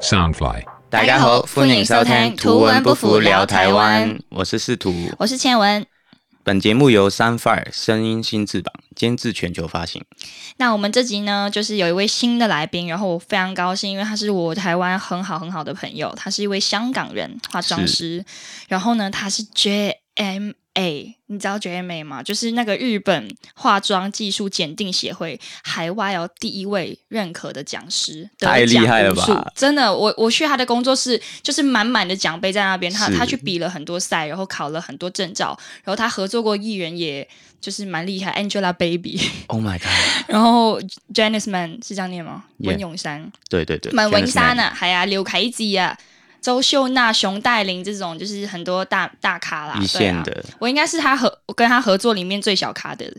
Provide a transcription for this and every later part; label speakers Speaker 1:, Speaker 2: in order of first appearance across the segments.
Speaker 1: Soundfly。
Speaker 2: 大家好，欢迎收听《图文不符聊台湾》，我是司徒。
Speaker 3: 我是千文。
Speaker 2: 本节目由三 Fire 声音新翅膀监制，全球发行。
Speaker 3: 那我们这集呢，就是有一位新的来宾，然后我非常高兴，因为他是我台湾很好很好的朋友，他是一位香港人化妆师，然后呢，他是 JMA，你知道 JMA 吗？就是那个日本化妆技术检定协会海外哦第一位认可的讲师，得
Speaker 2: 太厉
Speaker 3: 奖
Speaker 2: 害了
Speaker 3: 无数
Speaker 2: 吧
Speaker 3: 真的，我我去他的工作室，就是满满的奖杯在那边，他
Speaker 2: 是
Speaker 3: 他去比了很多赛，然后考了很多证照，然后他合作过艺人也。就是蛮厉害，Angelababy，
Speaker 2: Oh my god！
Speaker 3: 然后 Janice Man 是这样念吗
Speaker 2: Yeah
Speaker 3: 文咏珊、
Speaker 2: 对对对，
Speaker 3: 满文珊
Speaker 2: Janice
Speaker 3: 啊，还啊，刘凯基啊，周秀娜、熊黛林这种，就是很多大大咖啦，
Speaker 2: Mann，一
Speaker 3: 对
Speaker 2: 线
Speaker 3: 啊。
Speaker 2: 的，
Speaker 3: 我应该是他合，我跟他合作里面最 小咖的。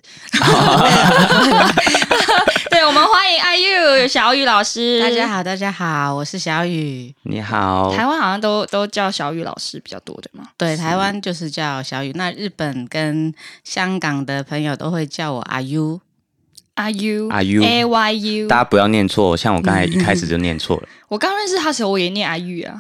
Speaker 3: 对，我们欢迎 IU 小雨老师。
Speaker 4: 大家，好，大家好，我是小雨。
Speaker 2: 你好，
Speaker 3: 台湾好像都都叫小雨老师比较多对吗？
Speaker 4: 对，台湾就是叫小雨，那日本跟香港的朋友都会叫我阿 U。
Speaker 3: IU
Speaker 2: 阿 U，
Speaker 3: A Y U，
Speaker 2: 大家不要念错，像我刚
Speaker 3: 嗯
Speaker 2: 才一开始就念错了。
Speaker 3: 我刚认识他的时候，我也念阿玉 啊，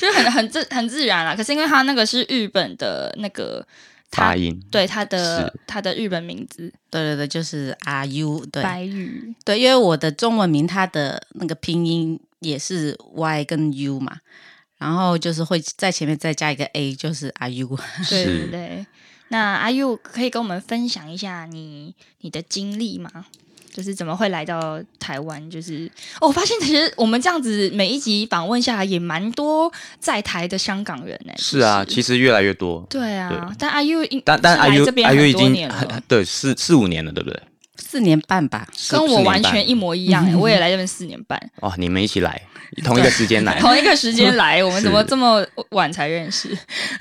Speaker 3: 就是很很自很自然啦。可是因为他那个是日本的那个 他
Speaker 2: 发音
Speaker 3: 对他的他的日本名字
Speaker 4: 对对对，就是阿 U。对
Speaker 3: 白玉，
Speaker 4: 对，因为我的中文名它的那个拼音也是 Y 跟 U 嘛，然后就是会在前面再加一个 A，就是阿 U。
Speaker 3: 对
Speaker 2: 是
Speaker 3: 对对。那阿玉可以跟我们分享一下你你的经历吗？就是怎么会来到台湾？就是哦，我发现其实我们这样子每一集访问下来，也蛮多在台的香港人呢、欸
Speaker 2: 是啊，
Speaker 3: 其
Speaker 2: 其
Speaker 3: 实
Speaker 2: 实越来越多。
Speaker 3: 对啊
Speaker 2: 对，
Speaker 3: 但阿 U 应
Speaker 2: 但但
Speaker 3: 是
Speaker 2: 阿
Speaker 3: 来
Speaker 2: U
Speaker 3: 这边
Speaker 2: 阿 U
Speaker 3: 很
Speaker 2: 已
Speaker 3: 多
Speaker 2: 经
Speaker 3: 年了
Speaker 2: 很对四四五年了，对不对？
Speaker 4: 四年半吧，
Speaker 2: 四
Speaker 3: 跟
Speaker 2: 四
Speaker 3: 我
Speaker 2: 年
Speaker 3: 完
Speaker 2: 半
Speaker 3: 全一模一样、 欸，我也来这边四年半，
Speaker 2: 哇！你们一起来，同一个时间来，
Speaker 3: 同一个时间来，我们怎么
Speaker 2: 是
Speaker 3: 这么晚才认识？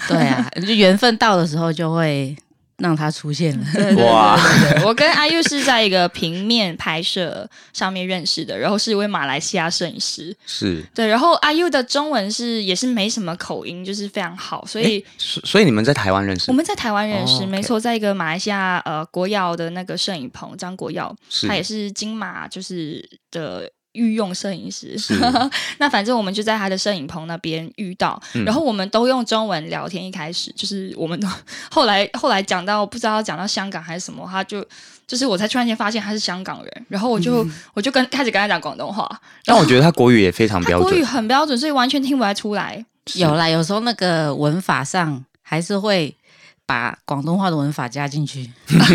Speaker 4: 对 啊，就缘分到的时候就会让它出现了。
Speaker 3: 对对对
Speaker 2: 哇
Speaker 3: 对对对，我 跟阿 U 是在一个平面拍摄上面认识的，然后是一位马来西亚摄影师，
Speaker 2: 是。
Speaker 3: 对，然后阿 U 的中文是也是没什么口音，就是非常好，所以
Speaker 2: 诶所所以你们在台湾认识
Speaker 3: 我？们在台湾认识，
Speaker 2: 哦，OK
Speaker 3: 没错，在一个马来西亚呃国耀的那个摄影棚，张国耀，
Speaker 2: 是
Speaker 3: 他也是金马就是的御用摄影师
Speaker 2: 是。
Speaker 3: 那反正我们就在他的摄影棚那边遇到，
Speaker 2: 嗯
Speaker 3: 然后我们都用中文聊天。一开始就是我们都后来后来讲到不知道讲到香港还是什么，他就就是我才突然间发现他是香港人，然后我就、
Speaker 2: 嗯
Speaker 3: 我就跟开始跟他讲广东话，
Speaker 2: 但我觉得他国语也非常
Speaker 3: 他
Speaker 2: 标
Speaker 3: 国语
Speaker 2: 准，
Speaker 3: 很标准，所以完全听不太出来。
Speaker 4: 有啦，有时候那个文法上还是会把广东话的文法加进去，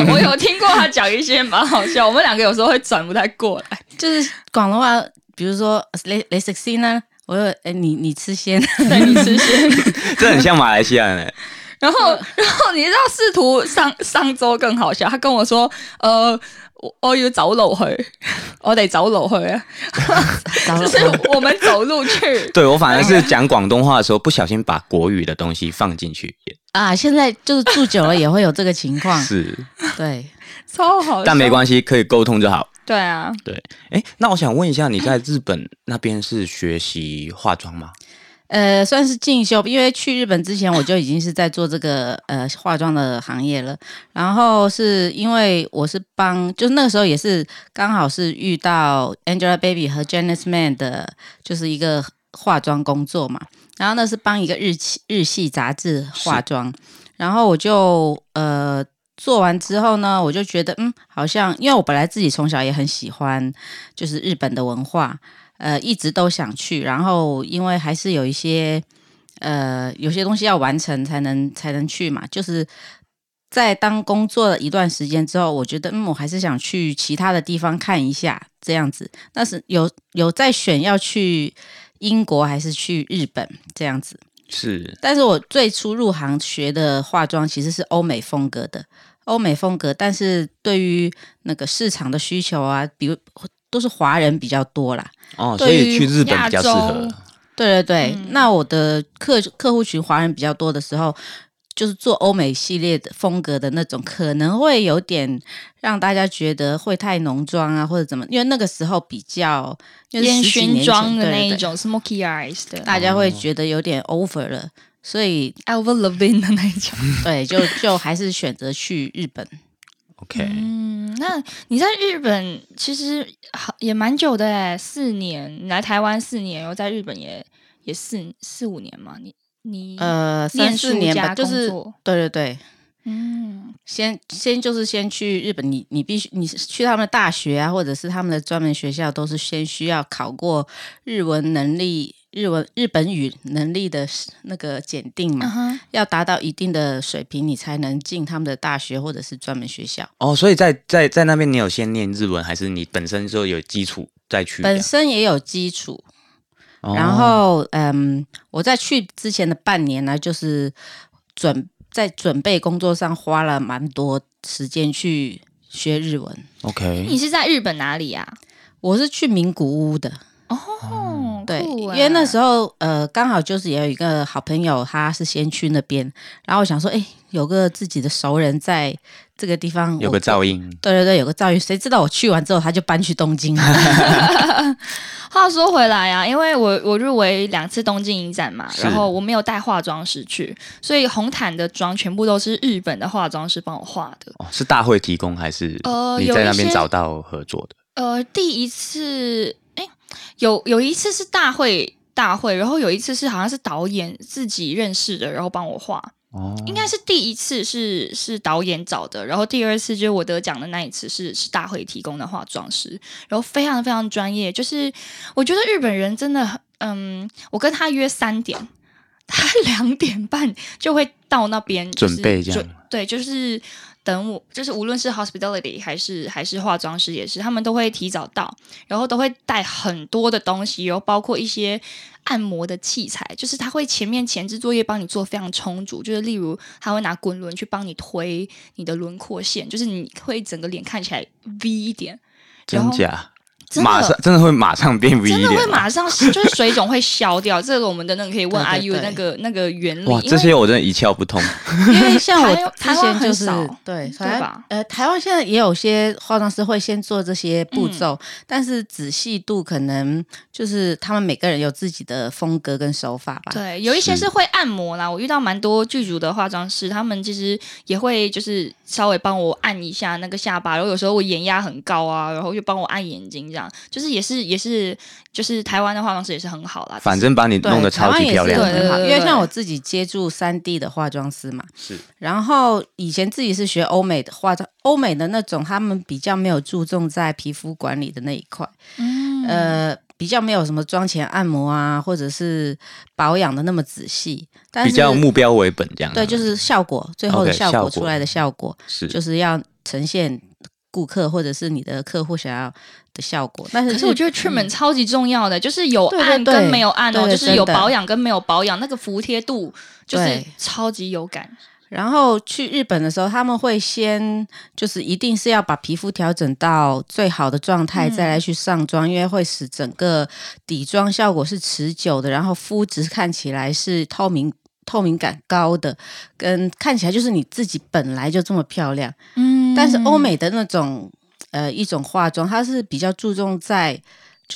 Speaker 3: 我有听过他讲一些蛮好笑，我们两个有时候会转不太过来。
Speaker 4: 就是广东话，比如说你你食先啦，我有哎你你吃先，
Speaker 3: 对 你吃些。
Speaker 2: 这很像马来西亚 人欸。
Speaker 3: 然后，
Speaker 4: 嗯
Speaker 3: 然后你知道试图上上周更好笑，他跟我说，呃，我我要走路去，我得走路去啊，
Speaker 4: 糟了
Speaker 3: 就，是我们走路去。
Speaker 2: 对我反而是讲广东话的时候，不小心把国语的东西放进 去，
Speaker 4: 啊！现在就是住久了也会有这个情况，
Speaker 2: 是，
Speaker 4: 对，
Speaker 3: 超好笑，
Speaker 2: 但没关系，可以沟通就好。
Speaker 3: 对啊，
Speaker 2: 对，哎，那我想问一下，你在日本那边是学习化妆吗？
Speaker 4: 呃，算是进修，因为去日本之前我就已经是在做这个呃化妆的行业了。然后是因为我是帮，就是那个时候也是刚好是遇到 Angelababy 和 Janice Man 的，就是一个化妆工作嘛。然后那是帮一个日系日系杂志化妆，然后我就呃做完之后呢，我就觉得嗯，好像因为我本来自己从小也很喜欢就是日本的文化，呃，一直都想去，然后因为还是有一些呃有些东西要完成才能才能去嘛，就是。在当工作了一段时间之后，我觉得嗯，我还是想去其他的地方看一下这样子。但是有有在选要去英国还是去日本这样子。
Speaker 2: 是，
Speaker 4: 但是我最初入行学的化妆其实是欧美风格的，欧美风格，但是对于那个市场的需求啊，比如都是华人比较多啦。
Speaker 2: 哦，所
Speaker 4: 对于
Speaker 2: 以去日本比较适
Speaker 3: 亚
Speaker 2: 合
Speaker 3: 洲。
Speaker 4: 对对对，那我的客客户群华人比较多的时候，就是做欧美系列的风格的那种，可能会有点让大家觉得会太浓妆啊，或者怎么，因为那个时候比较就是
Speaker 3: 烟
Speaker 4: 十几年
Speaker 3: 熏
Speaker 4: 前
Speaker 3: 妆的那
Speaker 4: 对
Speaker 3: 一
Speaker 4: 对对
Speaker 3: 种，smoky eyes 的
Speaker 4: 大家会觉得有点 over 了，所以
Speaker 3: ，Alvin Levin 的那一种，
Speaker 4: 对，就就还是选择去日本。
Speaker 2: OK，、
Speaker 3: 嗯，那你在日本其实好也蛮久的哎，四年。你来台湾四年，然后在日本也也四四五年嘛。你你
Speaker 4: 呃，
Speaker 3: 念
Speaker 4: 三四
Speaker 3: 书
Speaker 4: 年吧，
Speaker 3: 加
Speaker 4: 就是
Speaker 3: 工作
Speaker 4: 对对对，
Speaker 3: 嗯
Speaker 4: 先先就是先去日本，你你必须你是去他们的大学啊，或者是他们的专门学校，都是先需要考过日文能力、日文日本语能力的那个检定嘛，
Speaker 3: 嗯哼，
Speaker 4: 要达到一定的水平，你才能进他们的大学或者是专门学校。
Speaker 2: 哦，所以在在在那边你有先念日文，还是你本身就有基础再去这样？
Speaker 4: 本身也有基础，
Speaker 2: 哦
Speaker 4: 然后嗯，我在去之前的半年呢，就是准在准备工作上花了蛮多时间去学日文。
Speaker 2: OK，
Speaker 3: 你是在日本哪里啊？
Speaker 4: 我是去名古屋的，
Speaker 3: 哦，
Speaker 4: 对，
Speaker 3: 酷
Speaker 4: 因
Speaker 3: 哎
Speaker 4: 为那时候呃，刚好就是也有一个好朋友，他是先去那边，然后我想说，哎，有个自己的熟人在这个地方，
Speaker 2: 有个
Speaker 4: 我
Speaker 2: 照应，
Speaker 4: 对对对，有个教育，谁知道我去完之后他就搬去东京了。
Speaker 3: 话说回来啊，因为我我入围两次东京影展嘛，
Speaker 2: 是
Speaker 3: 然后我没有带化妆师去，所以红毯的妆全部都是日本的化妆师帮我化的。
Speaker 2: 哦，是大会提供还是
Speaker 3: 呃
Speaker 2: 你
Speaker 3: 有
Speaker 2: 在
Speaker 3: 一
Speaker 2: 那边
Speaker 3: 些
Speaker 2: 找到合作的？
Speaker 3: 呃，第一次，哎，有有一次是大会大会，然后有一次是好像是导演自己认识的，然后帮我画。
Speaker 2: 哦，
Speaker 3: 应该是第一次是是导演找的，然后第二次就是我得奖的那一次是是大会提供的化妆师，然后非常非常专业。就是我觉得日本人真的很，嗯，我跟他约三点，他两点半就会到那边、就是
Speaker 2: 准备这样
Speaker 3: 准对，就是等我，就是无论是 hospitality 还是还是化妆师也是，他们都会提早到，然后都会带很多的东西，然后包括一些按摩的器材，就是他会前面前置作业帮你做非常充足，就是例如他会拿滚轮去帮你推你的轮廓线，就是你会整个脸看起来 V 一点，然
Speaker 2: 真
Speaker 3: 后
Speaker 2: 假？
Speaker 3: 真的
Speaker 2: 马上真的会马上变 V 一
Speaker 3: 真的
Speaker 2: 点啊
Speaker 3: 会
Speaker 2: 吗，
Speaker 3: 马上 就是水肿会消掉，这个我们等等可以问
Speaker 4: 对对
Speaker 3: 阿 U
Speaker 4: 对
Speaker 3: 那个那个原理，
Speaker 2: 哇，
Speaker 3: 因
Speaker 2: 这
Speaker 3: 为
Speaker 2: 些我真的一窍不通。
Speaker 4: 因为像我
Speaker 3: 台
Speaker 4: 之
Speaker 3: 台湾
Speaker 4: 前
Speaker 3: 很
Speaker 4: 就是
Speaker 3: 少
Speaker 4: 对
Speaker 3: 对
Speaker 4: 台
Speaker 3: 吧
Speaker 4: 湾呃台湾现在也有些化妆师会先做这些步
Speaker 3: 嗯
Speaker 4: 骤，但是仔细度可能就是他们每个人有自己的风格跟手法吧。
Speaker 3: 对，有一些
Speaker 2: 是
Speaker 3: 是会按摩啦。我遇到蛮多剧组的化妆师，他们其实也会就是稍微帮我按一下那个下巴，然后有时候我眼压很高啊，然后就帮我按眼睛，这样就是也是也是就是台湾的化妆师也是很好啦。
Speaker 2: 反正把你
Speaker 4: 对，
Speaker 2: 弄得
Speaker 4: 台
Speaker 2: 超
Speaker 4: 湾
Speaker 2: 级
Speaker 4: 也是
Speaker 2: 漂亮
Speaker 3: 对
Speaker 2: 的，
Speaker 4: 很好，
Speaker 3: 对
Speaker 4: 因
Speaker 3: 对
Speaker 4: 为像我自己接触三 D 的化妆师嘛，
Speaker 2: 是
Speaker 4: 然后以前自己是学欧美的化妆，欧美的那种他们比较没有注重在皮肤管理的那一块，
Speaker 3: 嗯
Speaker 4: 呃，比较没有什么妆前按摩啊，或者是保养的那么仔细，但是
Speaker 2: 比较目标为本这样。
Speaker 4: 对，就是效果，最后的
Speaker 2: OK，
Speaker 4: 效
Speaker 2: 效果
Speaker 4: 果出来的效果，
Speaker 2: 是
Speaker 4: 就是要呈现顾客或者是你的客户想要的效果。但是嗯
Speaker 3: 可是我觉得 trim 超级重要的，就是有
Speaker 4: 对对
Speaker 3: 按
Speaker 4: 对
Speaker 3: 跟没有按哦，
Speaker 4: 对对
Speaker 3: 就是有
Speaker 4: 真的
Speaker 3: 保养跟没有保养，那个服帖度就是
Speaker 4: 对
Speaker 3: 超级有感。
Speaker 4: 然后去日本的时候，他们会先就是一定是要把皮肤调整到最好的状态，
Speaker 3: 嗯
Speaker 4: 再来去上妆，因为会使整个底妆效果是持久的，然后肤质看起来是透明。透明感高的，跟看起来就是你自己本来就这么漂亮，
Speaker 3: 嗯
Speaker 4: 但是欧美的那种呃一种化妆，它是比较注重在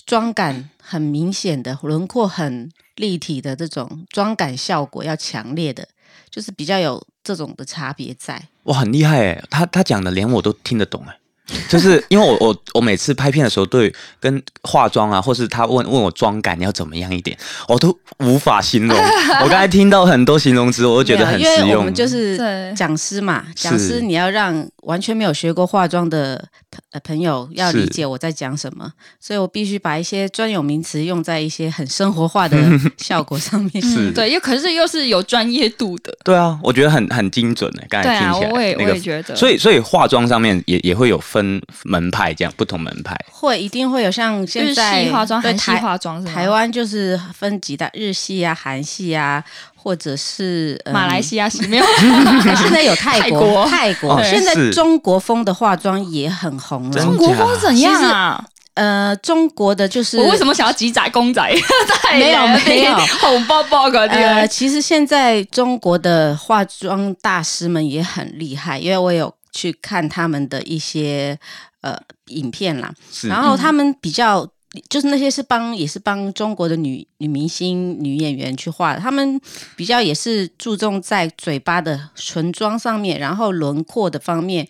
Speaker 4: 妆感很明显的、轮廓很立体的这种妆感效果要强烈的，就是比较有这种的差别在。
Speaker 2: 哇，很厉害哎！他他讲的连我都听得懂哎， 就是因为我我我每次拍片的时候，对跟化妆啊，或是他问问我妆感要怎么样一点，我都无法形容。我刚才听到很多形容词，我都觉得很
Speaker 4: 没有
Speaker 2: 实
Speaker 4: 因为我
Speaker 2: 用
Speaker 4: 们。就是
Speaker 3: 对
Speaker 4: 讲师嘛，讲
Speaker 2: 是
Speaker 4: 师你要让完全没有学过化妆的朋呃朋友要
Speaker 2: 是
Speaker 4: 理解我在讲什么，所以我必须把一些专有名词用在一些很生活化的 效果上面。
Speaker 2: 是
Speaker 3: 对，又可是又是有专业度的。
Speaker 2: 对啊，我觉得很很精准哎，刚
Speaker 3: 对
Speaker 2: 才听
Speaker 3: 啊，
Speaker 2: 起来、
Speaker 3: 我也、
Speaker 2: 那
Speaker 3: 我
Speaker 2: 个
Speaker 3: 也。觉得。
Speaker 2: 所以，所以化妆上面也也会有分门派，这样不同门派。
Speaker 4: 会一定会有像现
Speaker 3: 日
Speaker 4: 在
Speaker 3: 系化妆、
Speaker 4: 对
Speaker 3: 韩系
Speaker 4: 台
Speaker 3: 化妆是吗
Speaker 4: 台湾就是分几大，日系啊、韩系啊，或者是、嗯
Speaker 3: 马来西亚是没 有，
Speaker 4: 亚，现在 有泰国、泰国
Speaker 2: 哦
Speaker 4: 现在
Speaker 2: 是
Speaker 4: 中国风的化妆也很红
Speaker 2: 真
Speaker 3: 中。
Speaker 4: 了
Speaker 3: 国风怎样啊？
Speaker 4: 呃，中国的就是
Speaker 3: 我为什么想要鸡仔公仔？ 在
Speaker 4: 没有
Speaker 3: 那边
Speaker 4: 没有
Speaker 3: 红包包嗰啲
Speaker 4: 呃，
Speaker 3: 啊。
Speaker 4: 其实现在中国的化妆大师们也很厉害，因为我有去看他们的一些呃影片啦，
Speaker 2: 是
Speaker 4: 然后他们比较就是那些是帮也是帮中国的女女明星、女演员去画的，他们比较也是注重在嘴巴的唇妆上面，然后轮廓的方面，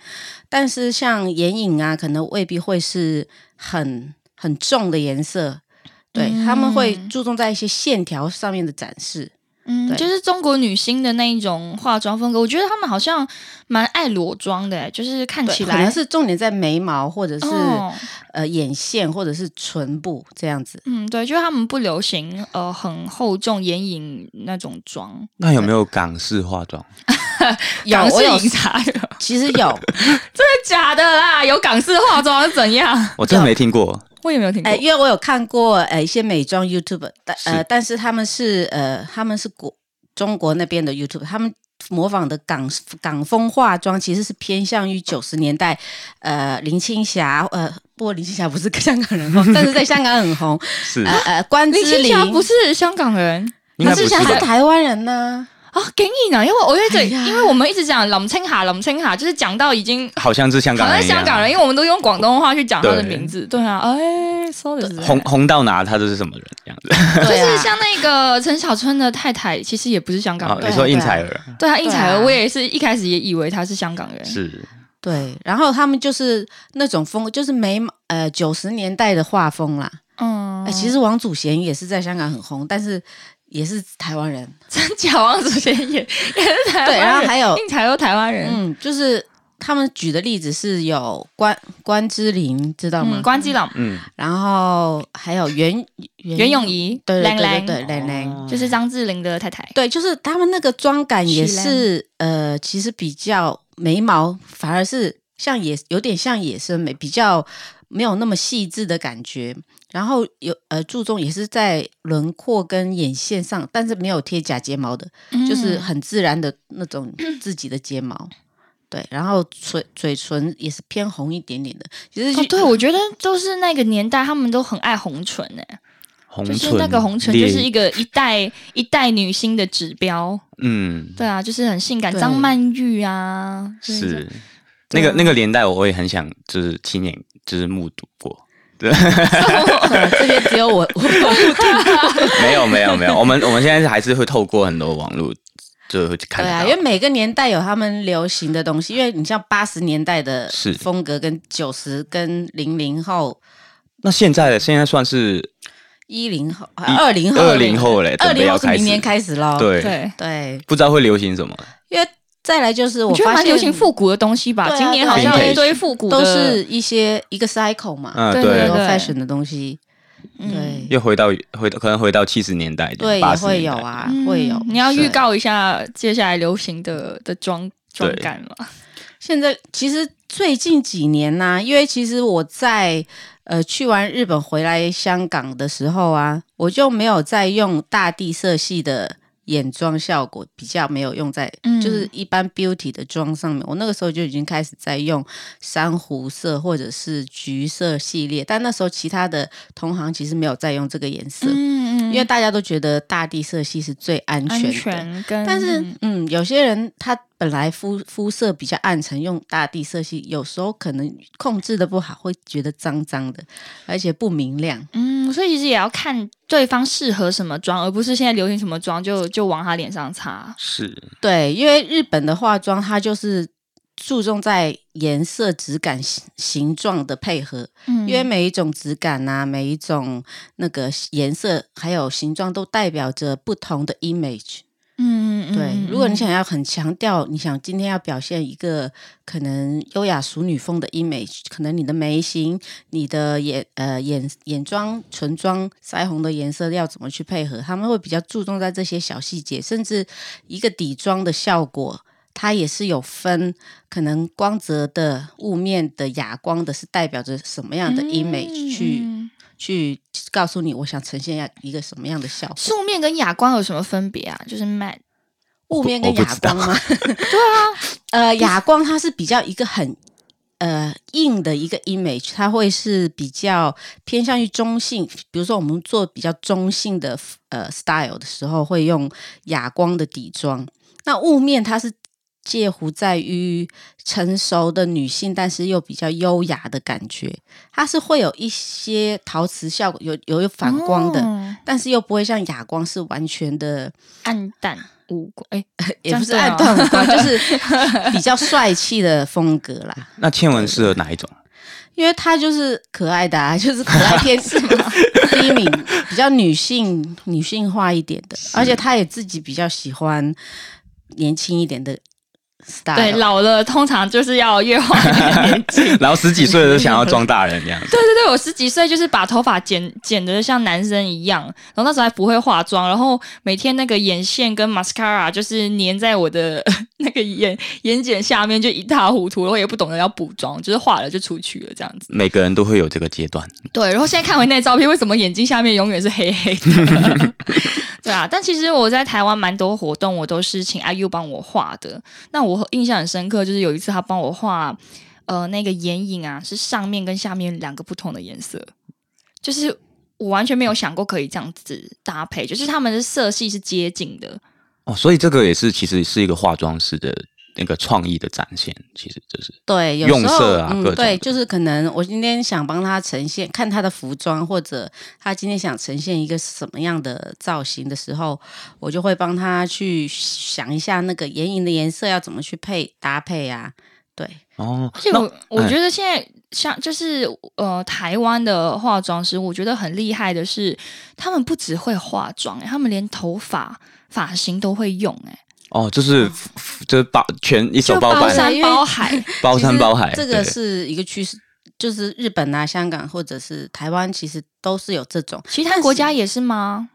Speaker 4: 但是像眼影啊，可能未必会是很很重的颜色，对，
Speaker 3: 嗯
Speaker 4: 他们会注重在一些线条上面的展示，
Speaker 3: 嗯，
Speaker 4: 对
Speaker 3: 就是中国女星的那一种化妆风格，我觉得她们好像蛮爱裸妆的，就是看嗯
Speaker 4: 对
Speaker 3: 起
Speaker 4: 可
Speaker 3: 来
Speaker 4: 能是重点在眉毛或者是、
Speaker 3: 哦
Speaker 4: 呃眼线或者是唇部这样子。
Speaker 3: 嗯，对，就是他们不流行呃很厚重眼影那种妆，
Speaker 2: 那有没有港式化妆？
Speaker 4: 有
Speaker 3: 港
Speaker 4: 我
Speaker 3: 式
Speaker 4: 有
Speaker 3: 饮茶 有，真的
Speaker 4: 其实有，
Speaker 3: 假的啦？有港式化妆是怎样？
Speaker 2: 我真的没听过。
Speaker 3: 我也没有听过。
Speaker 4: 哎，因为我有看过呃一些美妆 YouTube，但
Speaker 2: 是
Speaker 4: 呃但是他们是呃他们是国中国那边的 YouTube，他们模仿的港港风化妆其实是偏向于九十年代呃林青霞呃不过林青霞不是香港 人哦，但是在香港很红，
Speaker 2: 是，
Speaker 3: 啊
Speaker 4: 呃呃关
Speaker 3: 林
Speaker 4: 之
Speaker 3: 青霞
Speaker 4: 琳
Speaker 3: 不是香港人
Speaker 2: 应该
Speaker 4: 她
Speaker 2: 不
Speaker 4: 是
Speaker 2: 是
Speaker 4: 她是
Speaker 2: 吧？
Speaker 4: 台湾 人呢、
Speaker 3: 啊，竟然啊，因为我一直、
Speaker 4: 哎呀
Speaker 3: 因为我们一直讲林青霞，林青霞就是讲到已经
Speaker 2: 好像是香
Speaker 3: 好
Speaker 2: 港
Speaker 3: 像
Speaker 2: 人
Speaker 3: 是
Speaker 2: 一
Speaker 3: 香
Speaker 2: 样。
Speaker 3: 港人，因为我们都用广东话去讲她的
Speaker 2: 对
Speaker 3: 名字，对啊，哎，sorry，
Speaker 2: 红红到哪，他就是什么人这样子。
Speaker 4: 对
Speaker 3: 就是
Speaker 4: 啊，
Speaker 3: 像那个陈小春的太太，其实也不是香港
Speaker 2: 哦，
Speaker 3: 人。
Speaker 2: 你说
Speaker 4: 对啊
Speaker 2: 应采儿
Speaker 3: 对啊，应采儿，
Speaker 4: 对啊
Speaker 3: 我也是一开始也以为她是香港人。
Speaker 2: 是
Speaker 4: 对，然后他们就是那种风，就是眉毛呃九十年代的画风啦。
Speaker 3: 嗯
Speaker 4: 哎、其实王祖贤也是在香港很红，但是也是台湾人。
Speaker 3: 真假王祖贤也 也是台湾人，
Speaker 4: 对，然后还有
Speaker 3: 应采儿台湾人，
Speaker 4: 嗯，就是他们举的例子是有关关之琳，知道吗？
Speaker 3: 嗯，关之琳、
Speaker 2: 嗯，
Speaker 4: 然后还有袁
Speaker 3: 袁咏，仪、
Speaker 4: 对对
Speaker 3: 兰
Speaker 4: 对
Speaker 3: 兰，
Speaker 4: 对对，兰
Speaker 2: 哦
Speaker 4: 兰。
Speaker 3: 就是张智霖的太太。
Speaker 4: 对，就是他们那个妆感也
Speaker 3: 许兰
Speaker 4: 是，呃，其实比较眉毛反而是像野，有点像野生眉，比较没有那么细致的感觉。然后有呃注重也是在轮廓跟眼线上，但是没有贴假睫毛的，就是
Speaker 3: 嗯
Speaker 4: 很自然的那种 自己的睫毛。对，然后嘴嘴唇也是偏红一点点的，其实就、
Speaker 3: 哦，对，我觉得就是那个年代，他们都很爱红唇哎诶、
Speaker 2: 红
Speaker 3: 就
Speaker 2: 唇，
Speaker 3: 是那个红唇就是一个一代一代女星的指标。
Speaker 2: 嗯
Speaker 3: 对啊，就是很性感，
Speaker 4: 对
Speaker 3: 张曼玉啊，就是对
Speaker 2: 那
Speaker 3: 啊
Speaker 2: 个那个年代，我也很想就是亲眼就是目睹 过。
Speaker 4: 对这边只有我 我我
Speaker 2: 没有没有没有，我们我们现在还是会透过很多网络就会去看
Speaker 4: 对
Speaker 2: 得
Speaker 4: 啊，
Speaker 3: 哦
Speaker 2: 到。
Speaker 4: 因为每个年代有他们流行的东西，因为你像八十年代的
Speaker 2: 是
Speaker 4: 风格，跟九十跟零零后、
Speaker 2: 那现在的现在算是
Speaker 4: 一零后、
Speaker 2: 一
Speaker 4: 二零后、
Speaker 2: 20后嘞
Speaker 4: 二
Speaker 2: 准备
Speaker 4: 零
Speaker 2: 要
Speaker 4: 后是
Speaker 2: 开始
Speaker 4: 明年开始喽。
Speaker 2: 对
Speaker 3: 哦对。
Speaker 4: 对，
Speaker 2: 不知道会流行什么，
Speaker 4: 因为再来就是我
Speaker 3: 我觉得
Speaker 4: 发
Speaker 3: 蛮
Speaker 4: 现
Speaker 3: 流行复古的东西吧，
Speaker 4: 对啊
Speaker 3: 今年好像
Speaker 2: 对啊
Speaker 3: 有一堆复古的，
Speaker 4: 都是一些一个 cycle 嘛，
Speaker 2: 嗯，
Speaker 3: 对
Speaker 4: 很
Speaker 3: 对
Speaker 4: 多
Speaker 3: 对
Speaker 4: fashion 的东西，
Speaker 3: 嗯
Speaker 4: 对
Speaker 2: 又回到回到可能回到七十年代，
Speaker 4: 对也
Speaker 2: 80
Speaker 4: 会
Speaker 2: 年
Speaker 4: 有
Speaker 2: 代，
Speaker 4: 啊
Speaker 3: 嗯，
Speaker 4: 会有。
Speaker 3: 你要预
Speaker 4: 对
Speaker 3: 告一下接下来流行的的妆妆
Speaker 2: 对
Speaker 3: 感嘛？
Speaker 4: 现在其实最近几年呢、因为其实我在呃去完日本回来香港的时候啊，我就没有再用大地色系的眼妆效果，比较没有用在、
Speaker 3: 嗯
Speaker 4: 就是一般 beauty 的妆上面。我那个时候就已经开始在用珊瑚色或者是橘色系列，但那时候其他的同行其实没有再用这个颜色，
Speaker 3: 嗯
Speaker 4: 因为大家都觉得大地色系是最安全
Speaker 3: 安
Speaker 4: 的。
Speaker 3: 全跟，
Speaker 4: 但是，嗯，有些人他本来肤肤色比较暗沉，用大地色系，有时候可能控制的不好，会觉得脏脏的，而且不明亮。
Speaker 3: 嗯，所以其实也要看对方适合什么妆，而不是现在流行什么妆就就往他脸上擦。
Speaker 2: 是
Speaker 4: 对，因为日本的化妆，它就是注重在颜色、质感、形形状的配合，
Speaker 3: 嗯
Speaker 4: 因为每一种质感啊，每一种那个颜色还有形状，都代表着不同的 image。
Speaker 3: 嗯嗯
Speaker 4: 对，如果你，
Speaker 3: 嗯
Speaker 4: 想要很强调，你想今天要表现一个可能优雅淑女风的 image，可能你的眉形、你的眼呃眼眼妆、唇妆、腮红的颜色要怎么去配合，他们会比较注重在这些小细节，甚至一个底妆的效果。它也是有分，可能光泽的、雾面的、哑光的，是代表着什么样的
Speaker 3: 嗯
Speaker 4: image 去、
Speaker 3: 嗯
Speaker 4: 去告诉你，我想呈现一个什么样的效果。
Speaker 3: 素面跟哑光有什么分别啊？就是 matte，
Speaker 4: 雾面
Speaker 2: 我
Speaker 4: 跟
Speaker 2: 不
Speaker 4: 哑
Speaker 2: 知道啊
Speaker 4: 光吗？ 呃，哑光它是比较一个很呃硬的一个 image，它会是比较偏向于中性。比如说我们做比较中性的呃 style 的时候，会用哑光的底妆。那雾面它是介乎在于成熟的女性，但是又比较优雅的感觉。它是会有一些陶瓷效果，有有有反光的，
Speaker 3: 哦
Speaker 4: 但是又不会像哑光是完全的，
Speaker 3: 暗淡无光， 哎，
Speaker 4: 也不是
Speaker 3: 这
Speaker 4: 暗
Speaker 3: 样对哦
Speaker 4: 淡 无 光，就是比较帅气的风格啦。
Speaker 2: 那倩文适合哪一种？
Speaker 4: 因为她就是可爱的、啊， 就是可爱天使嘛，第一名，比较女性女性化一点的，而且她也自己比较喜欢年轻一点的 style。
Speaker 3: 对，老了通常就是要越化越年轻。
Speaker 2: 然后十几岁的就想要装大人这样子，
Speaker 3: 对对对，我十几岁就是把头发剪剪得像男生一样，然后那时候还不会化妆，然后每天那个眼线跟 mascara 就是粘在我的 那个眼眼睑下面，就一塌糊涂，然后也不懂得要补妆，就是化了就出去了这样子。
Speaker 2: 每个人都会有这个阶段。
Speaker 3: 对，然后现在看回那照片，为什么眼睛下面永远是黑黑的？对啊，但其实我在台湾蛮多活动，我都是请 IU 帮我画的。那我印象很深刻，就是有一次他帮我画，呃，那个眼影啊，是上面跟下面两个不同的颜色，就是我完全没有想过可以这样子搭配，就是他们的色系是接近的。
Speaker 2: 哦，所以这个也是其实是一个化妆师的那个创意的展现，其实这是
Speaker 4: 对，有
Speaker 2: 用
Speaker 4: 时候
Speaker 2: 色啊各
Speaker 4: 嗯，
Speaker 2: 种
Speaker 4: 对，
Speaker 2: 的
Speaker 4: 就是可能我今天想帮他呈现，看他的服装或者他今天想呈现一个什么样的造型的时候，我就会帮他去想一下那个眼影的颜色要怎么去配搭配啊。对，
Speaker 2: 哦
Speaker 3: 而且。
Speaker 2: 那
Speaker 3: 我我
Speaker 2: 哎
Speaker 3: 觉得现在像就是呃台湾的化妆师，我觉得很厉害的是，他们不只会化妆、欸他们连头发发型都会用、欸，哎，
Speaker 2: 哦，
Speaker 4: 嗯
Speaker 2: 就是就是包全一手
Speaker 3: 就
Speaker 2: 包
Speaker 3: 包
Speaker 2: 办，
Speaker 3: 山
Speaker 4: 因为
Speaker 3: 包海。
Speaker 2: 包山包海。
Speaker 4: 其实这个
Speaker 2: 对
Speaker 4: 是一个趋势，就是日本啊、香港或者是台湾，其实都是有这种。
Speaker 3: 其他国家也是吗？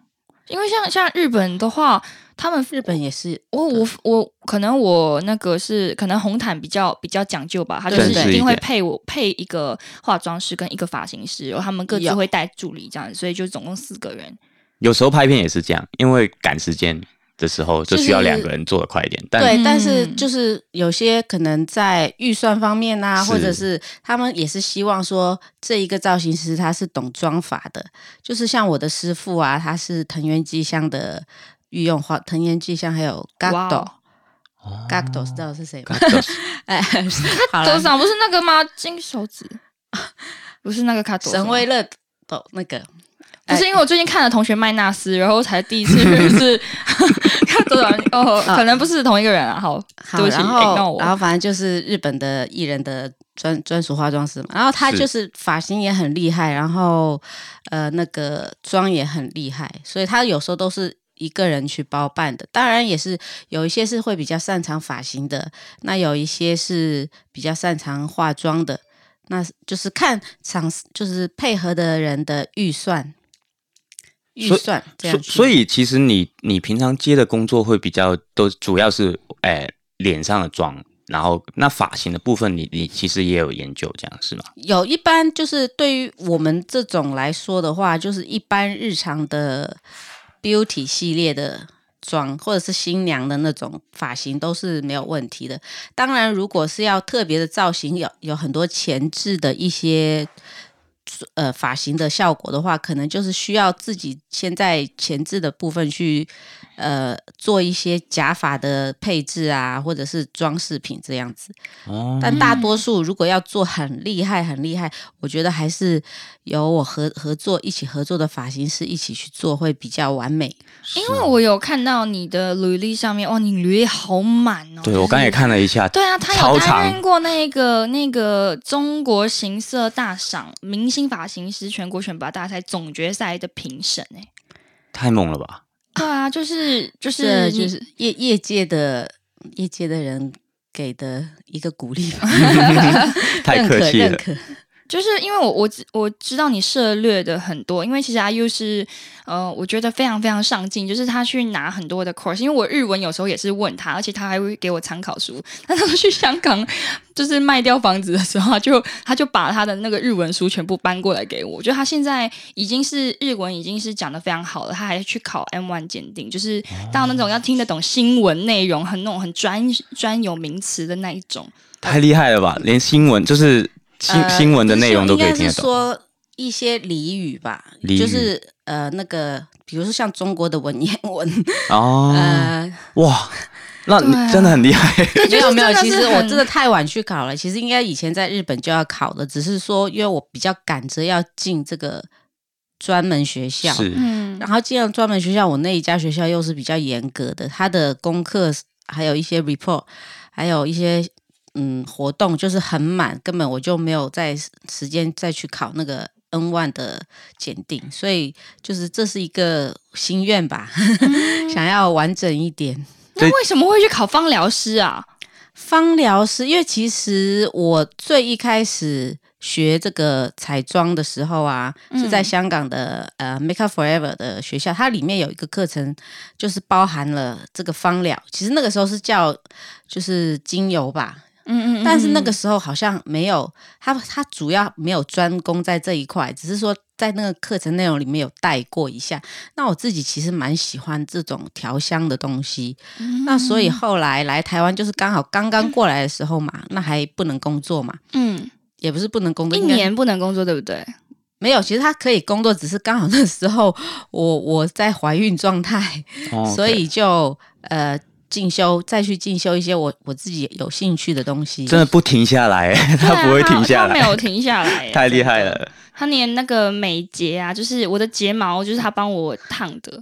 Speaker 3: 因为像像日本的话，他们
Speaker 4: 日本也是，
Speaker 3: 我我我可能我那个是可能红毯比较比较讲究吧，他就是
Speaker 4: 正式
Speaker 3: 一
Speaker 2: 一
Speaker 3: 定会
Speaker 2: 点
Speaker 3: 配我配一个化妆师跟一个发型师，然后他们各自
Speaker 4: 有
Speaker 3: 会带助理这样，所以就总共四个人。
Speaker 2: 有时候拍片也是这样，因为赶时间的时候就需要两个人做的快一点， 但
Speaker 4: 对，但是
Speaker 3: 嗯
Speaker 4: 就是有些可能在预算方面啊，
Speaker 2: 是
Speaker 4: 或者是他们也是希望说这一个造型师他是懂妆法的，就是像我的师傅啊，他是藤原纪香的御用花，藤原纪香还有 Gato
Speaker 3: 哇哦
Speaker 4: Gato 知道是谁吗？
Speaker 2: 哦
Speaker 4: 哎，好
Speaker 3: 头
Speaker 4: 了，
Speaker 3: 上不是那个吗？金手指， 不是那个卡头
Speaker 4: 神威乐斗那个
Speaker 3: 不是因为我最近看了同学麦纳斯，然后才第一次认识 卡多长哦，可能不是同一个人啊。好，对
Speaker 4: 好，
Speaker 3: 不起，
Speaker 4: 然
Speaker 3: ignore
Speaker 4: 后
Speaker 3: 我
Speaker 4: 然后反正就是日本的艺人的专专属化妆师嘛，然后他
Speaker 2: 是
Speaker 4: 就是发型也很厉害，然后呃那个妆也很厉害，所以他有时候都是一个人去包办的。当然也是有一些是会比较擅长发型的，那有一些是比较擅长化妆的，那就是看场就是配合的人的预算。预
Speaker 2: 所以
Speaker 4: 算这样
Speaker 2: 所
Speaker 4: 去
Speaker 2: 所以其实你你平常接的工作会比较都主要是诶、呃脸上的妆，然后那发型的部分你你其实也有研究，这样是吗？
Speaker 4: 有一般就是对于我们这种来说的话，就是一般日常的 beauty 系列的妆，或者是新娘的那种发型都是没有问题的。当然，如果是要特别的造型，有有很多前置的一些。呃，发型的效果的话，可能就是需要自己先在前置的部分去，呃，做一些假发的配置啊，或者是装饰品这样子。
Speaker 2: 哦，
Speaker 4: 但大多数如果要做很厉害、很厉害，我觉得还是由我合合作一起合作的发型师一起去做会比较完美。
Speaker 3: 因为我有看到你的履历上面，哇，哦你履历好满哦。
Speaker 2: 对
Speaker 3: 就是
Speaker 2: 我刚才也看了一下，
Speaker 3: 对啊，他
Speaker 2: 超
Speaker 3: 有
Speaker 2: 长
Speaker 3: 担任过那个那个中国行色大赏明星发型师全国选拔大赛总决赛的评审哎。
Speaker 2: 太猛了 吧？
Speaker 3: 对啊，就是就是
Speaker 4: 这
Speaker 3: 你
Speaker 4: 就是业业界的业界的人给的一个鼓励吧，
Speaker 2: 太
Speaker 4: 认可
Speaker 2: 客气
Speaker 4: 认
Speaker 2: 了。
Speaker 4: 可。
Speaker 3: 就是因为我我知我知道你涉略的很多，因为其实阿 U 是呃，我觉得非常非常上进，就是他去拿很多的 course，因为我日文有时候也是问他，而且他还会给我参考书。 他当时去香港就是卖掉房子的时候，他就他就把他的那个日文书全部搬过来给我。我觉得他现在已经是日文已经是讲的非常好了，他还去考 M one 鉴定，就是到那种要听得懂新闻内容，很那种很专专有名词的那一种。
Speaker 2: 太厉害了吧！连新闻就是新、
Speaker 4: 呃
Speaker 2: 新闻的内容都可以
Speaker 4: 应
Speaker 2: 听
Speaker 4: 该
Speaker 2: 得
Speaker 4: 是
Speaker 2: 懂。
Speaker 4: 说一些俚语吧，
Speaker 2: 俚语
Speaker 4: 就是呃那个，比如说像中国的文言文，
Speaker 2: 哦，
Speaker 4: 呃，
Speaker 2: 哇，那你
Speaker 3: 对啊
Speaker 2: 真的很厉 害。
Speaker 4: 没
Speaker 3: 就
Speaker 4: 有
Speaker 3: 是
Speaker 4: 没有，
Speaker 3: 真的
Speaker 4: 其
Speaker 3: 是
Speaker 4: 实我
Speaker 3: 很
Speaker 4: 真的太晚去考了。其实应该以前在日本就要考的，只是说因为我比较赶着要进这个专门学校，
Speaker 2: 是
Speaker 3: 嗯
Speaker 4: 然后进了专门学校，我那一家学校又是比较严格的，它的功课还有一些 report，还有一些嗯活动就是很满，根本我就没有在时间再去考那个 N one 的检定，所以就是这是一个心愿吧，
Speaker 3: 嗯
Speaker 4: 想要完整一点。
Speaker 3: 那为什么会去考芳疗师啊？
Speaker 4: 芳疗师，因为其实我最一开始学这个彩妆的时候啊，
Speaker 3: 嗯
Speaker 4: 是在香港的呃 Make Up Forever 的学校，它里面有一个课程，就是包含了这个芳疗。其实那个时候是叫就是精油吧，
Speaker 3: 嗯嗯，
Speaker 4: 但是那个时候好像没有，它它主要没有专攻在这一块，只是说在那个课程内容里面有带过一下。那我自己其实蛮喜欢这种调香的东西，
Speaker 2: 嗯
Speaker 4: 那所以后来来台湾就是刚好刚刚过来的时候嘛，那还不能工作嘛，
Speaker 3: 嗯，
Speaker 4: 也不是不能工作，
Speaker 3: 一
Speaker 4: 应该
Speaker 3: 年不能工作，对不对？
Speaker 4: 没有，其实他可以工作，只是刚好那时候我我在怀孕状态，
Speaker 2: 哦，OK
Speaker 4: 所以就呃进修再去进修一些我我自己有兴趣的东西，
Speaker 2: 真的不停下来，
Speaker 4: 啊
Speaker 2: 他不会停下
Speaker 3: 啊他没有
Speaker 2: 来，
Speaker 3: 停下来 耶，
Speaker 2: 太厉害
Speaker 3: 真的。
Speaker 2: 了。
Speaker 3: 他连那个美睫啊，就是我的睫毛，就是他帮我烫的。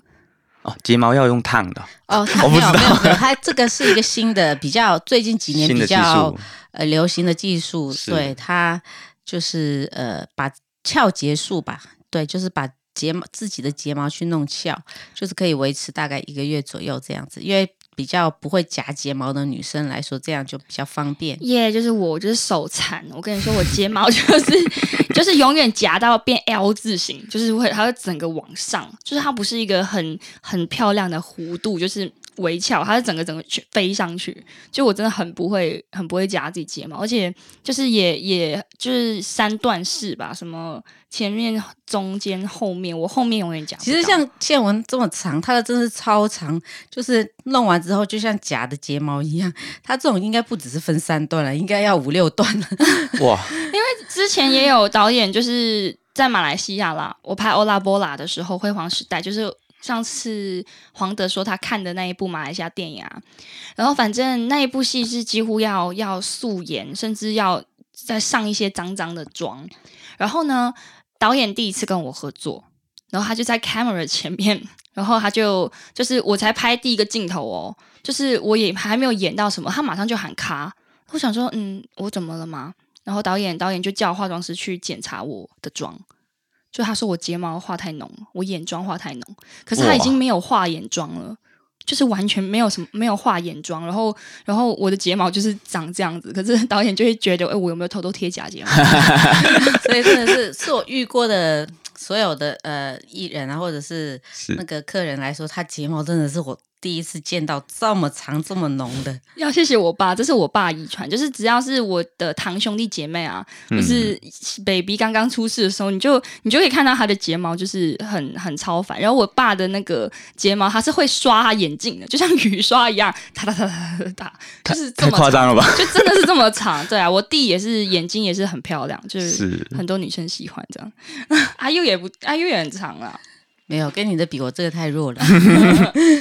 Speaker 2: 哦，睫毛要用烫的，
Speaker 4: 哦，他
Speaker 2: 我不
Speaker 4: 没有
Speaker 2: 知
Speaker 4: 没
Speaker 2: 道
Speaker 4: 有没有，他这个是一个新的，比较最近几年
Speaker 2: 新
Speaker 4: 比
Speaker 2: 的技
Speaker 4: 较
Speaker 2: 术。
Speaker 4: 呃流行的技术，
Speaker 2: 是
Speaker 4: 对他就是呃把翘结束吧，对，就是把睫毛自己的睫毛去弄翘，就是可以维持大概一个月左右这样子，因为。比较不会夹睫毛的女生来说，这样就比较方便。
Speaker 3: 耶、就是我就是手残，我跟你说，我睫毛就是就是 永远夹到变 L 字形，就是会它会整个往上，就是它不是一个很很漂亮的弧度，就是微翘，它是整个整个去飞上去。就我真的很不会很不会夹自己睫毛，而且就是也也就是三段式吧，什么前面、中间、后面，我后面永远夹不到。
Speaker 4: 其实像线纹这么长，它的真是超长，就是弄完之后就像假的睫毛一样。它这种应该不只是分三段了，应该要五六段了。
Speaker 2: 哇，
Speaker 3: 之前也有导演就是在马来西亚啦，我拍《欧拉波拉》的时候，《辉煌时代》就是上次黄德说他看的那一部马来西亚电影啊，然后反正那一部戏是几乎要要素颜，甚至要再上一些脏脏的妆。然后呢，导演第一次跟我合作，然后他就在 camera 前面，然后他就就是我才拍第一个镜头哦，就是我也还没有演到什么，他马上就喊卡。我想说，嗯，我怎么了吗？然后导演导演就叫化妆师去检查我的妆，就他说我睫毛画太浓，我眼妆画太浓，可是他已经没有画眼妆了。就是完全没有什么，没有画眼妆，然后，然后我的睫毛就是长这样子。可是导演就会觉得，哎、我有没有偷偷贴假睫毛？
Speaker 4: 所以真的是是我遇过的所有的呃艺人啊，或者是
Speaker 2: 是
Speaker 4: 那个客人来说，他睫毛真的是我第一次见到这么长这么浓的。
Speaker 3: 要谢谢我爸，这是我爸遗传，就是只要是我的堂兄弟姐妹啊，
Speaker 2: 嗯
Speaker 3: 就是 baby 刚刚出世的时候，你就你就可以看到他的睫毛就是很很超凡。然后我爸的那个睫毛，他是会刷他眼镜的，就像雨刷一样，哒哒哒哒哒哒，就是这
Speaker 2: 太
Speaker 3: 么
Speaker 2: 夸 张了吧？
Speaker 3: 长，就真的是这么长。对啊，我弟也是眼睛也是很漂亮，就是
Speaker 2: 是
Speaker 3: 很多女生喜欢这样。 阿佑也不阿佑也很长啦，
Speaker 4: 没有跟你的比，我这个太 弱了。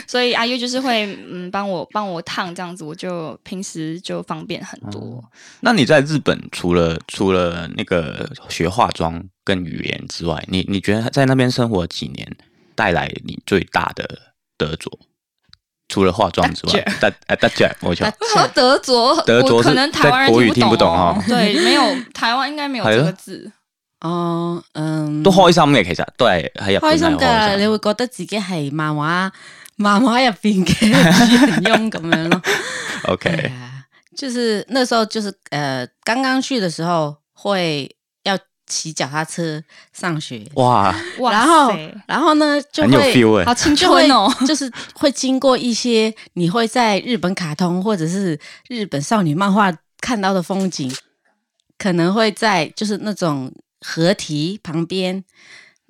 Speaker 3: 所以阿佑就是会嗯帮我帮我烫这样子，我就平时就方便很多。
Speaker 2: 哦那你在日本除了除了那个学化妆跟语言之外，你你觉得在那边生活几年带来你最大的得着？除了化妆之外， 大呃大家我想
Speaker 3: 为 什么德卓？
Speaker 2: 德卓
Speaker 3: 我可
Speaker 2: 是
Speaker 3: 能台湾
Speaker 2: 在国
Speaker 3: 人
Speaker 2: 语听不懂
Speaker 3: 哦
Speaker 2: 哦。
Speaker 3: 对，没有台湾应该没有这
Speaker 2: 係
Speaker 3: 个
Speaker 2: 咯
Speaker 3: 字。
Speaker 4: 哦，嗯，
Speaker 2: 都開心嘅，其實都係喺日
Speaker 4: 開
Speaker 2: 本
Speaker 4: 心
Speaker 2: 係開
Speaker 4: 㗎，
Speaker 2: 心
Speaker 4: 你會覺得自己係漫畫漫畫入邊嘅主人翁咁 樣咯。對
Speaker 2: OK，
Speaker 4: 啊，就是那时候就是呃，剛剛去的時候會要騎腳踏車上學，
Speaker 2: 哇，
Speaker 3: 哇
Speaker 4: 然後
Speaker 3: 塞
Speaker 4: 然後呢就
Speaker 2: 很有
Speaker 4: 會
Speaker 2: feel
Speaker 3: 哦好
Speaker 2: 哎，
Speaker 3: 青
Speaker 4: 就会
Speaker 3: 春哦！
Speaker 4: 就是会经过一些你会在日本卡通或者是日本少女漫画看到的风景，可能会在就是那种河堤旁边。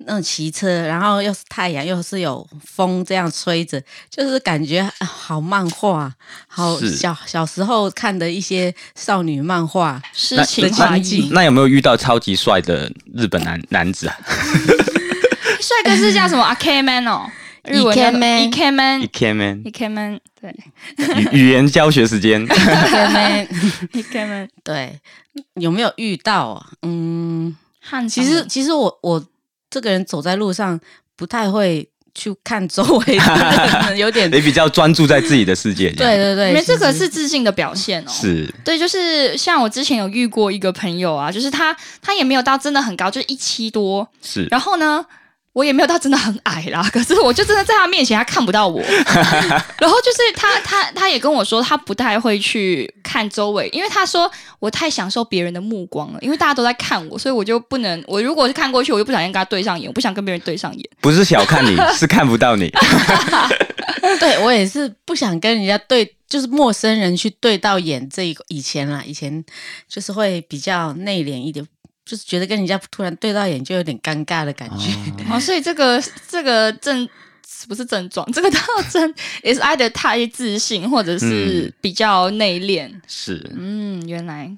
Speaker 4: 那种骑车，然后又是太阳，又是有风这样吹着，就是感觉、啊好漫画，好
Speaker 2: 是
Speaker 4: 小小时候看的一些少女漫 画。
Speaker 3: 诗情
Speaker 4: 那
Speaker 3: 画
Speaker 4: 那
Speaker 3: 意，
Speaker 2: 那有没有遇到超級帥的日本男男子啊
Speaker 3: 帅哥是叫什么？A K man 哦，日文
Speaker 4: Ikemen
Speaker 3: A K man 嗯
Speaker 2: ？Ikemen，
Speaker 3: A K man，对，
Speaker 2: 语语言教学时间，
Speaker 4: 姐妹，
Speaker 3: 你看们
Speaker 4: 对，有没有遇到啊？嗯，
Speaker 3: 汉
Speaker 4: 其实其实我我这个人走在路上不太会去看周围的人， 有点
Speaker 2: 你比较专注在自己的世界。这
Speaker 4: 对
Speaker 2: 样，
Speaker 4: 对对，
Speaker 3: 你们这个
Speaker 4: 其实
Speaker 3: 是自信的表现哦。
Speaker 2: 是
Speaker 3: 对，就是像我之前有遇过一个朋友啊，就是他他也没有到真的很高，就是一七多，
Speaker 2: 是，
Speaker 3: 然后呢，我也没有到真的很矮啦， 可是我就真的在他面前，他看不 到我。然后就是他，他，他也跟我说，他不太会去看周围，因为他说我太享受别人的目光了，因为大家都在看我，所以我就不能，我如果是看过去，我就不小心跟他对上眼，我不想跟别人对上眼。
Speaker 2: 不是小看 你，是看不到你。
Speaker 4: 对我也是不想跟人家对，就是陌生人去对到眼这一个。以前啦，以前就是会比较内敛一点，就是觉得跟人家突然对到眼就有点尴尬的感觉。
Speaker 3: 哦，所以这个这个症不是症 状，这个特征 is either 太自信，或者是
Speaker 2: 嗯
Speaker 3: 比较内敛。
Speaker 2: 是
Speaker 3: 嗯，原来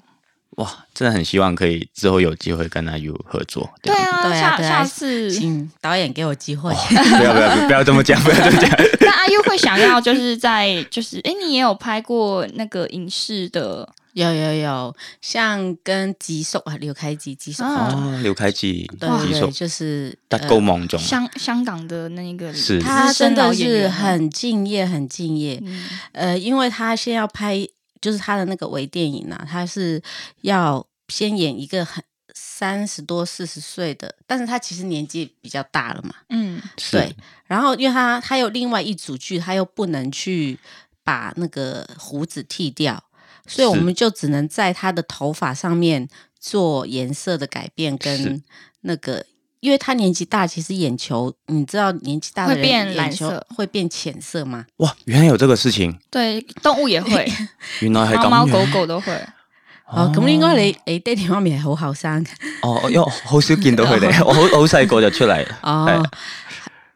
Speaker 2: 哇，真的很希望可以之后有机会跟阿 U 合作。这
Speaker 3: 对
Speaker 2: 样
Speaker 3: 啊，
Speaker 4: 对啊
Speaker 3: 下
Speaker 4: 对啊
Speaker 3: 下次
Speaker 4: 请导演给我机会。
Speaker 2: 不要不要不要这么 讲，不要这么讲。
Speaker 3: 那阿 U 会想要就是在就是哎、诶你也有拍过那个影视的
Speaker 4: 有有有，像跟吉兽啊，刘开吉吉兽，
Speaker 3: 啊
Speaker 2: 哦，刘开记
Speaker 4: 对
Speaker 2: 几
Speaker 4: 对
Speaker 2: 首
Speaker 4: 对，，就是
Speaker 2: 他
Speaker 4: 呃
Speaker 2: 够猛种。
Speaker 3: 香香港的那个
Speaker 2: 是
Speaker 3: 资
Speaker 4: 他真
Speaker 3: 深老
Speaker 4: 的
Speaker 3: 演
Speaker 4: 是
Speaker 3: 员吗
Speaker 4: 很敬业，很敬业。
Speaker 3: 嗯
Speaker 4: 呃，因为他先要拍，就是他的那个微电影啊，他是要先演一个很三十多、四十岁的，但是他其实年纪比较大了嘛。
Speaker 3: 嗯
Speaker 2: 是
Speaker 4: 对，然后因为他他有另外一组剧，他又不能去把那个胡子剃掉，所以我
Speaker 2: 是
Speaker 4: 们就只能在他的头发上面做颜色的改变
Speaker 2: 是
Speaker 4: 跟那个。因为他年纪大，其实眼球，你知道年纪大
Speaker 3: 会
Speaker 4: 的人
Speaker 3: 变
Speaker 4: 眼
Speaker 3: 蓝
Speaker 4: 球
Speaker 3: 色
Speaker 4: 会变浅色吗？
Speaker 2: 哇，原来有这个事情，
Speaker 3: 对动物也会，
Speaker 2: 原啊来还咁
Speaker 3: 猫猫
Speaker 2: 樣
Speaker 3: 狗狗都 会。
Speaker 4: 哦，咁應該你你爹哋媽咪係好後生
Speaker 2: 哦，因為我好少見到佢 哋，我好好細個就出嚟
Speaker 3: 嗯
Speaker 2: 啦。
Speaker 4: 哦。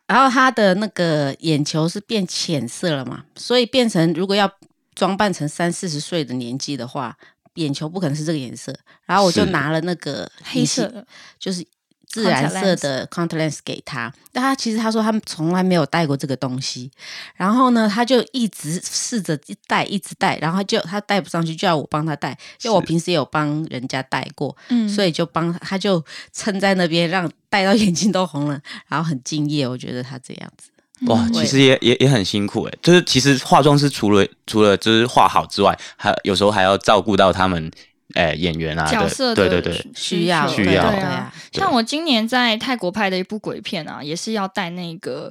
Speaker 4: 然後他的那個眼球是變淺色了嘛，所以變成如果要裝扮成三四十歲的年紀的話，眼球不可能是這個顏色。然後我就是拿了那個
Speaker 3: 黑色的，
Speaker 4: 就是自然色的 contact lens 給他。但他其實他說他從來沒有戴過這個東西，然後呢，他就一直試着一戴一直戴，然後他就他戴不上去，就要我幫他戴，因為我
Speaker 2: 是
Speaker 4: 平時也有幫人家戴過，
Speaker 3: 嗯
Speaker 4: 所以就帮他他就撑在那边，让戴到眼睛都红了，然后很敬业，我觉得他这样子。
Speaker 2: 哇，
Speaker 4: 我
Speaker 2: 其
Speaker 4: 也
Speaker 2: 實也也也很辛苦诶，就是其實化妝師除了除了就是化好之外，还有时候还要照顧到他們诶、呃演员啊
Speaker 3: 角色
Speaker 2: 的，
Speaker 3: 的
Speaker 2: 对对对，
Speaker 4: 需要
Speaker 3: 求
Speaker 2: 需
Speaker 3: 对
Speaker 2: 要
Speaker 3: 对啊
Speaker 4: 啊。
Speaker 2: 对
Speaker 3: 像我今年在泰国拍的一部鬼片啊，也是要带那个，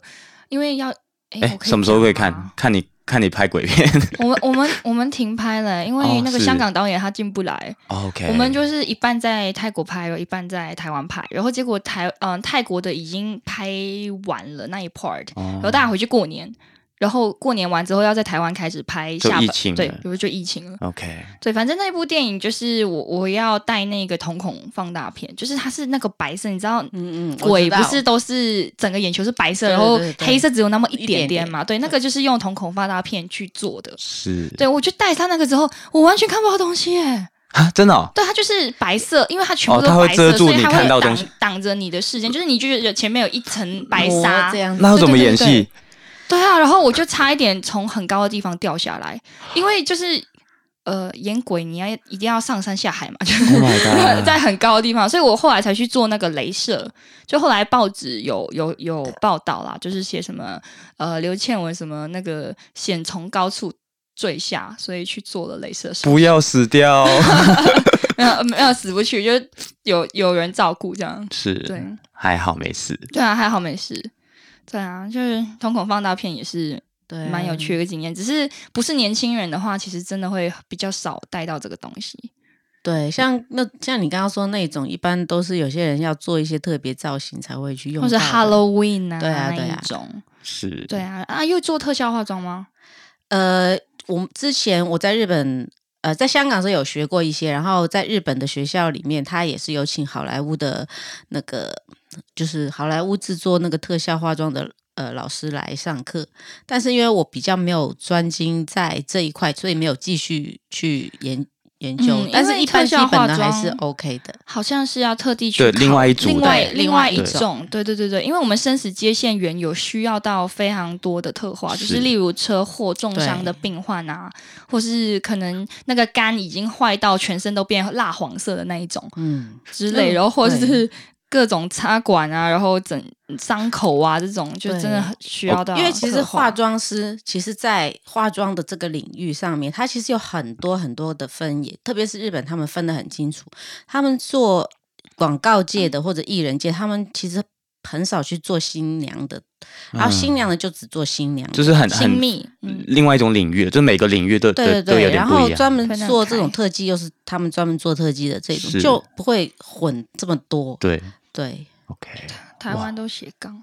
Speaker 3: 因为要哎、
Speaker 2: 诶、
Speaker 3: 我可以
Speaker 2: 什么时候
Speaker 3: 讲
Speaker 2: 会
Speaker 3: 吗
Speaker 2: 看？看你看你拍鬼片
Speaker 3: 我们我们我们停拍了，因为
Speaker 2: 哦
Speaker 3: 那个
Speaker 2: 是
Speaker 3: 香港导演他进不来，
Speaker 2: ，OK，
Speaker 3: 我们就是一半在泰国拍，然后一半在台湾拍，然后结果台嗯、泰国的已经拍完了那一 part，、
Speaker 2: 哦
Speaker 3: 然后大家回去过年，然后过年完之后要在台湾开始拍
Speaker 2: 就
Speaker 3: 下
Speaker 2: 疫
Speaker 3: 半，
Speaker 2: 情
Speaker 3: 对
Speaker 2: 了，啊
Speaker 3: 然后就疫情了。
Speaker 2: OK，
Speaker 3: 对，反正那部电影就是我我要带那个瞳孔放大片，就是它是那个白色，你知道。
Speaker 4: 嗯嗯，我
Speaker 3: 鬼
Speaker 4: 知道
Speaker 3: 不是都是整个眼球是白色，
Speaker 4: 对
Speaker 3: 然后
Speaker 4: 对对
Speaker 3: 黑色只有那么一
Speaker 4: 一
Speaker 3: 点
Speaker 4: 点点
Speaker 3: 点嘛？对，那个就是用瞳孔放大片去做的。
Speaker 2: 是，
Speaker 3: 对，我就带上那个之后，我完全看不到东西耶。
Speaker 2: 啊，真的、哦，
Speaker 3: 对，它就是白色，因为它全部
Speaker 2: 哦它
Speaker 3: 都
Speaker 2: 会
Speaker 3: 白色，
Speaker 2: 遮住
Speaker 3: 所以
Speaker 2: 你
Speaker 3: 它
Speaker 2: 看
Speaker 3: 会
Speaker 2: 到
Speaker 3: 挡
Speaker 2: 东西
Speaker 3: 挡着你的视线，就是你就觉得前面有一层白
Speaker 4: 膜
Speaker 3: 纱
Speaker 4: 这。样子
Speaker 2: 那要怎么
Speaker 3: 对对
Speaker 2: 演戏？
Speaker 3: 对啊，然后我就差一点从很高的地方掉下来，因为就是呃演鬼你要一定要上山下海嘛，就是
Speaker 2: Oh my god
Speaker 3: 在很高的地方，所以我后来才去做那个镭射。就后来报纸有有有报道啦，就是写什么呃刘倩文什么那个险从高处坠下，所以去做了镭射手术。
Speaker 2: 不要死掉，
Speaker 3: 没有没有死不去，就是有有人照顾这样。
Speaker 2: 是，
Speaker 3: 对
Speaker 2: 还好没事，
Speaker 3: 对啊，还好没事。对啊，就是瞳孔放大片也是
Speaker 4: 对啊
Speaker 3: 蛮有趣的一个经验，只是不是年轻人的话，其实真的会比较少带到这个东西。
Speaker 4: 对，像那像你刚刚说那种，一般都是有些人要做一些特别造型才会去用
Speaker 3: 或
Speaker 4: 到
Speaker 3: 者
Speaker 4: 的，
Speaker 3: Halloween 啊，
Speaker 4: 对啊
Speaker 3: 那
Speaker 4: 对啊
Speaker 3: 一种，
Speaker 2: 是，
Speaker 3: 对啊啊，又做特效化妆吗？
Speaker 4: 呃，我们之前我在日本，呃，在香港是有学过一些，然后在日本的学校里面，他也是有请好莱坞的那个，就是好莱坞制作那个特效化妆的呃老师来上课，但是因为我比较没有专精在这一块，所以没有继续去研。研究，
Speaker 3: 嗯
Speaker 4: 但
Speaker 3: 因
Speaker 4: 是
Speaker 3: 为
Speaker 4: 一般
Speaker 3: 特
Speaker 4: 基
Speaker 3: 效化
Speaker 4: 本的还
Speaker 3: 妆
Speaker 4: 是 OK 的。
Speaker 3: 好像是要特地去
Speaker 2: 对
Speaker 3: 考
Speaker 2: 另外一组
Speaker 3: 另
Speaker 2: 的
Speaker 3: 外
Speaker 4: 对
Speaker 3: 另外一
Speaker 4: 另外一
Speaker 3: 种，对对对对，因为我们生死接线员有需要到非常多的特化，就是
Speaker 2: 是
Speaker 3: 例如车祸重伤的病患啊，或是可能那个肝已经坏到全身都变蜡黄色的那一种
Speaker 4: 嗯，
Speaker 3: 之类，
Speaker 4: 嗯
Speaker 3: 然后或是
Speaker 4: 对
Speaker 3: 各种插管啊，然后整伤口啊这种，就
Speaker 4: 对
Speaker 3: 真的很需
Speaker 2: 哦
Speaker 3: 要到特化，
Speaker 4: 因为其实化妆师，其实，在化妆的这个领域上面，它其实有很多很多的分野，特别是日本，他们分得很清楚。他们做广告界的或者艺人界，他们其实很少去做新娘的，然后新娘的就只做新娘的，
Speaker 2: 嗯就是很
Speaker 3: 亲
Speaker 2: 很
Speaker 3: 密，嗯，
Speaker 2: 另外一种领域了，就是每个领域都
Speaker 4: 对
Speaker 2: 都都有
Speaker 4: 对，
Speaker 2: 点
Speaker 4: 然
Speaker 2: 不
Speaker 4: 后
Speaker 2: 一样。
Speaker 4: 专门
Speaker 3: 分得很
Speaker 4: 做这种
Speaker 3: 开
Speaker 4: 特技，又是他们专门做特技的这种，
Speaker 2: 是
Speaker 4: 就不会混这么多。
Speaker 2: 对
Speaker 4: 对，
Speaker 2: ，OK。
Speaker 3: 台湾都斜杠，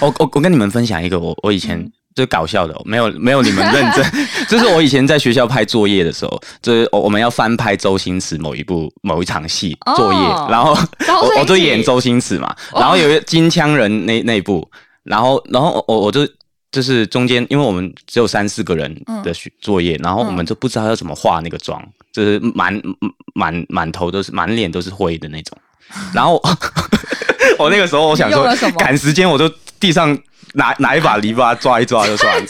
Speaker 2: 我我我跟你们分享一个我我以前
Speaker 3: 嗯
Speaker 2: 最搞笑的哦，没有没有你们认 真，就是我以前在学校拍作业的时候，就是我我们要翻拍周星驰某一部某一场戏
Speaker 3: 哦
Speaker 2: 作业，然后
Speaker 3: 高
Speaker 2: 我
Speaker 3: 升
Speaker 2: 我就演
Speaker 3: 级
Speaker 2: 周星驰嘛，
Speaker 3: 哦
Speaker 2: 然后有一个金枪人那那一部，然后然后我我就。就是中间，因为我们只有三四个人
Speaker 3: 嗯
Speaker 2: 的学作业，然后我们就不知道要怎么化那个妆，就是满满满头都是满脸都是灰的 那种。然后 我那个时候我想
Speaker 3: 你
Speaker 2: 说
Speaker 3: 用了什么，
Speaker 2: 赶时间我就地上拿拿一把篱笆抓一抓就 算了，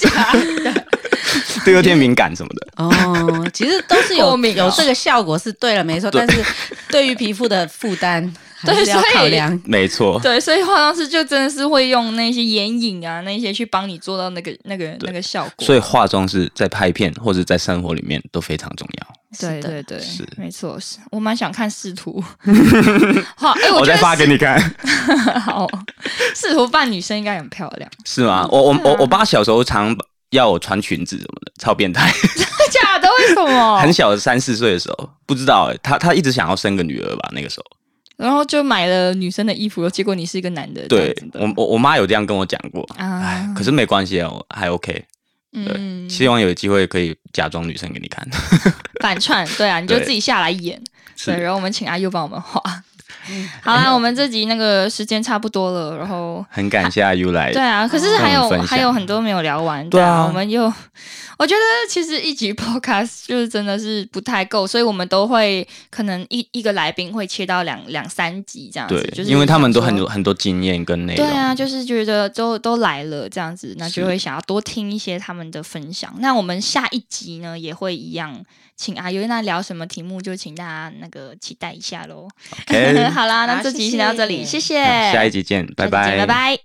Speaker 2: 第二天敏感什么的。
Speaker 4: 哦，其实都是
Speaker 3: 过
Speaker 4: 有
Speaker 3: 敏哦
Speaker 4: 有这个效果是对了，没错。
Speaker 2: 对
Speaker 4: 但是对于皮肤的负担，还
Speaker 3: 对
Speaker 4: 是要
Speaker 3: 所以
Speaker 4: 考量。
Speaker 2: 没 错，
Speaker 3: 对，所以化妆师就真的是会用那些眼影啊，那些去帮你做到那个那个那个效果。
Speaker 2: 所以化妆是在拍片或者在生活里面都非常重要。
Speaker 3: 对
Speaker 4: 是的
Speaker 3: 对对
Speaker 2: 是，
Speaker 3: 没错，是我蛮想看试 图。好，哎、
Speaker 2: 我
Speaker 3: 觉
Speaker 2: 再
Speaker 3: 得
Speaker 2: 发给你看，
Speaker 3: 试好，试图扮女生应该很漂亮，
Speaker 2: 是吗？我我
Speaker 3: 啊
Speaker 2: 我我爸小时候常要我穿裙子什么的，超变态。
Speaker 3: 假的？为什么？
Speaker 2: 很小的三四岁的时候，不知道欸、他他一直想要生个女儿吧，那个时候。
Speaker 3: 然后就买了女生的衣服，结果你是一个男的，
Speaker 2: 对
Speaker 3: 这样子的
Speaker 2: 我我我妈有这样跟我讲过，
Speaker 3: 啊
Speaker 2: 哎、可是没关系啊，我还 OK。
Speaker 3: 嗯，
Speaker 2: 希望有机会可以假装女生给你看。
Speaker 3: 反串，对啊，你就
Speaker 2: 对
Speaker 3: 自己下来演，
Speaker 2: 是嗯
Speaker 3: 对，然后我们请阿佑帮我们画。好啦，我们这集那个时间差不多了，然后
Speaker 2: 很感谢阿 U 来，
Speaker 3: 对啊，可是还
Speaker 2: 哎嗯跟我们
Speaker 3: 有
Speaker 2: 分享
Speaker 3: 还有很多没有聊完的，
Speaker 2: 对啊
Speaker 3: 我们又我觉得其实一集 podcast 就是真的是不太够，所以我们都会可能一一个来宾会切到两两三集这样子
Speaker 2: 对，，
Speaker 3: 就是
Speaker 2: 因为他们都
Speaker 3: 想
Speaker 2: 很
Speaker 3: 说
Speaker 2: 有很多经验跟内容。
Speaker 3: 对啊，就是觉得都都来了这样子，那就会想要多听一些他们的分享。那我们下一集呢也会一样，请阿尤那聊什么题目，就请大家那个期待一下喽。
Speaker 2: OK，
Speaker 3: 好啦，那
Speaker 4: 好
Speaker 3: 这集
Speaker 4: 谢
Speaker 3: 先到这
Speaker 4: 谢
Speaker 3: 里，谢谢，
Speaker 2: 那下一集见，
Speaker 3: 下
Speaker 2: 拜
Speaker 3: 集见拜拜。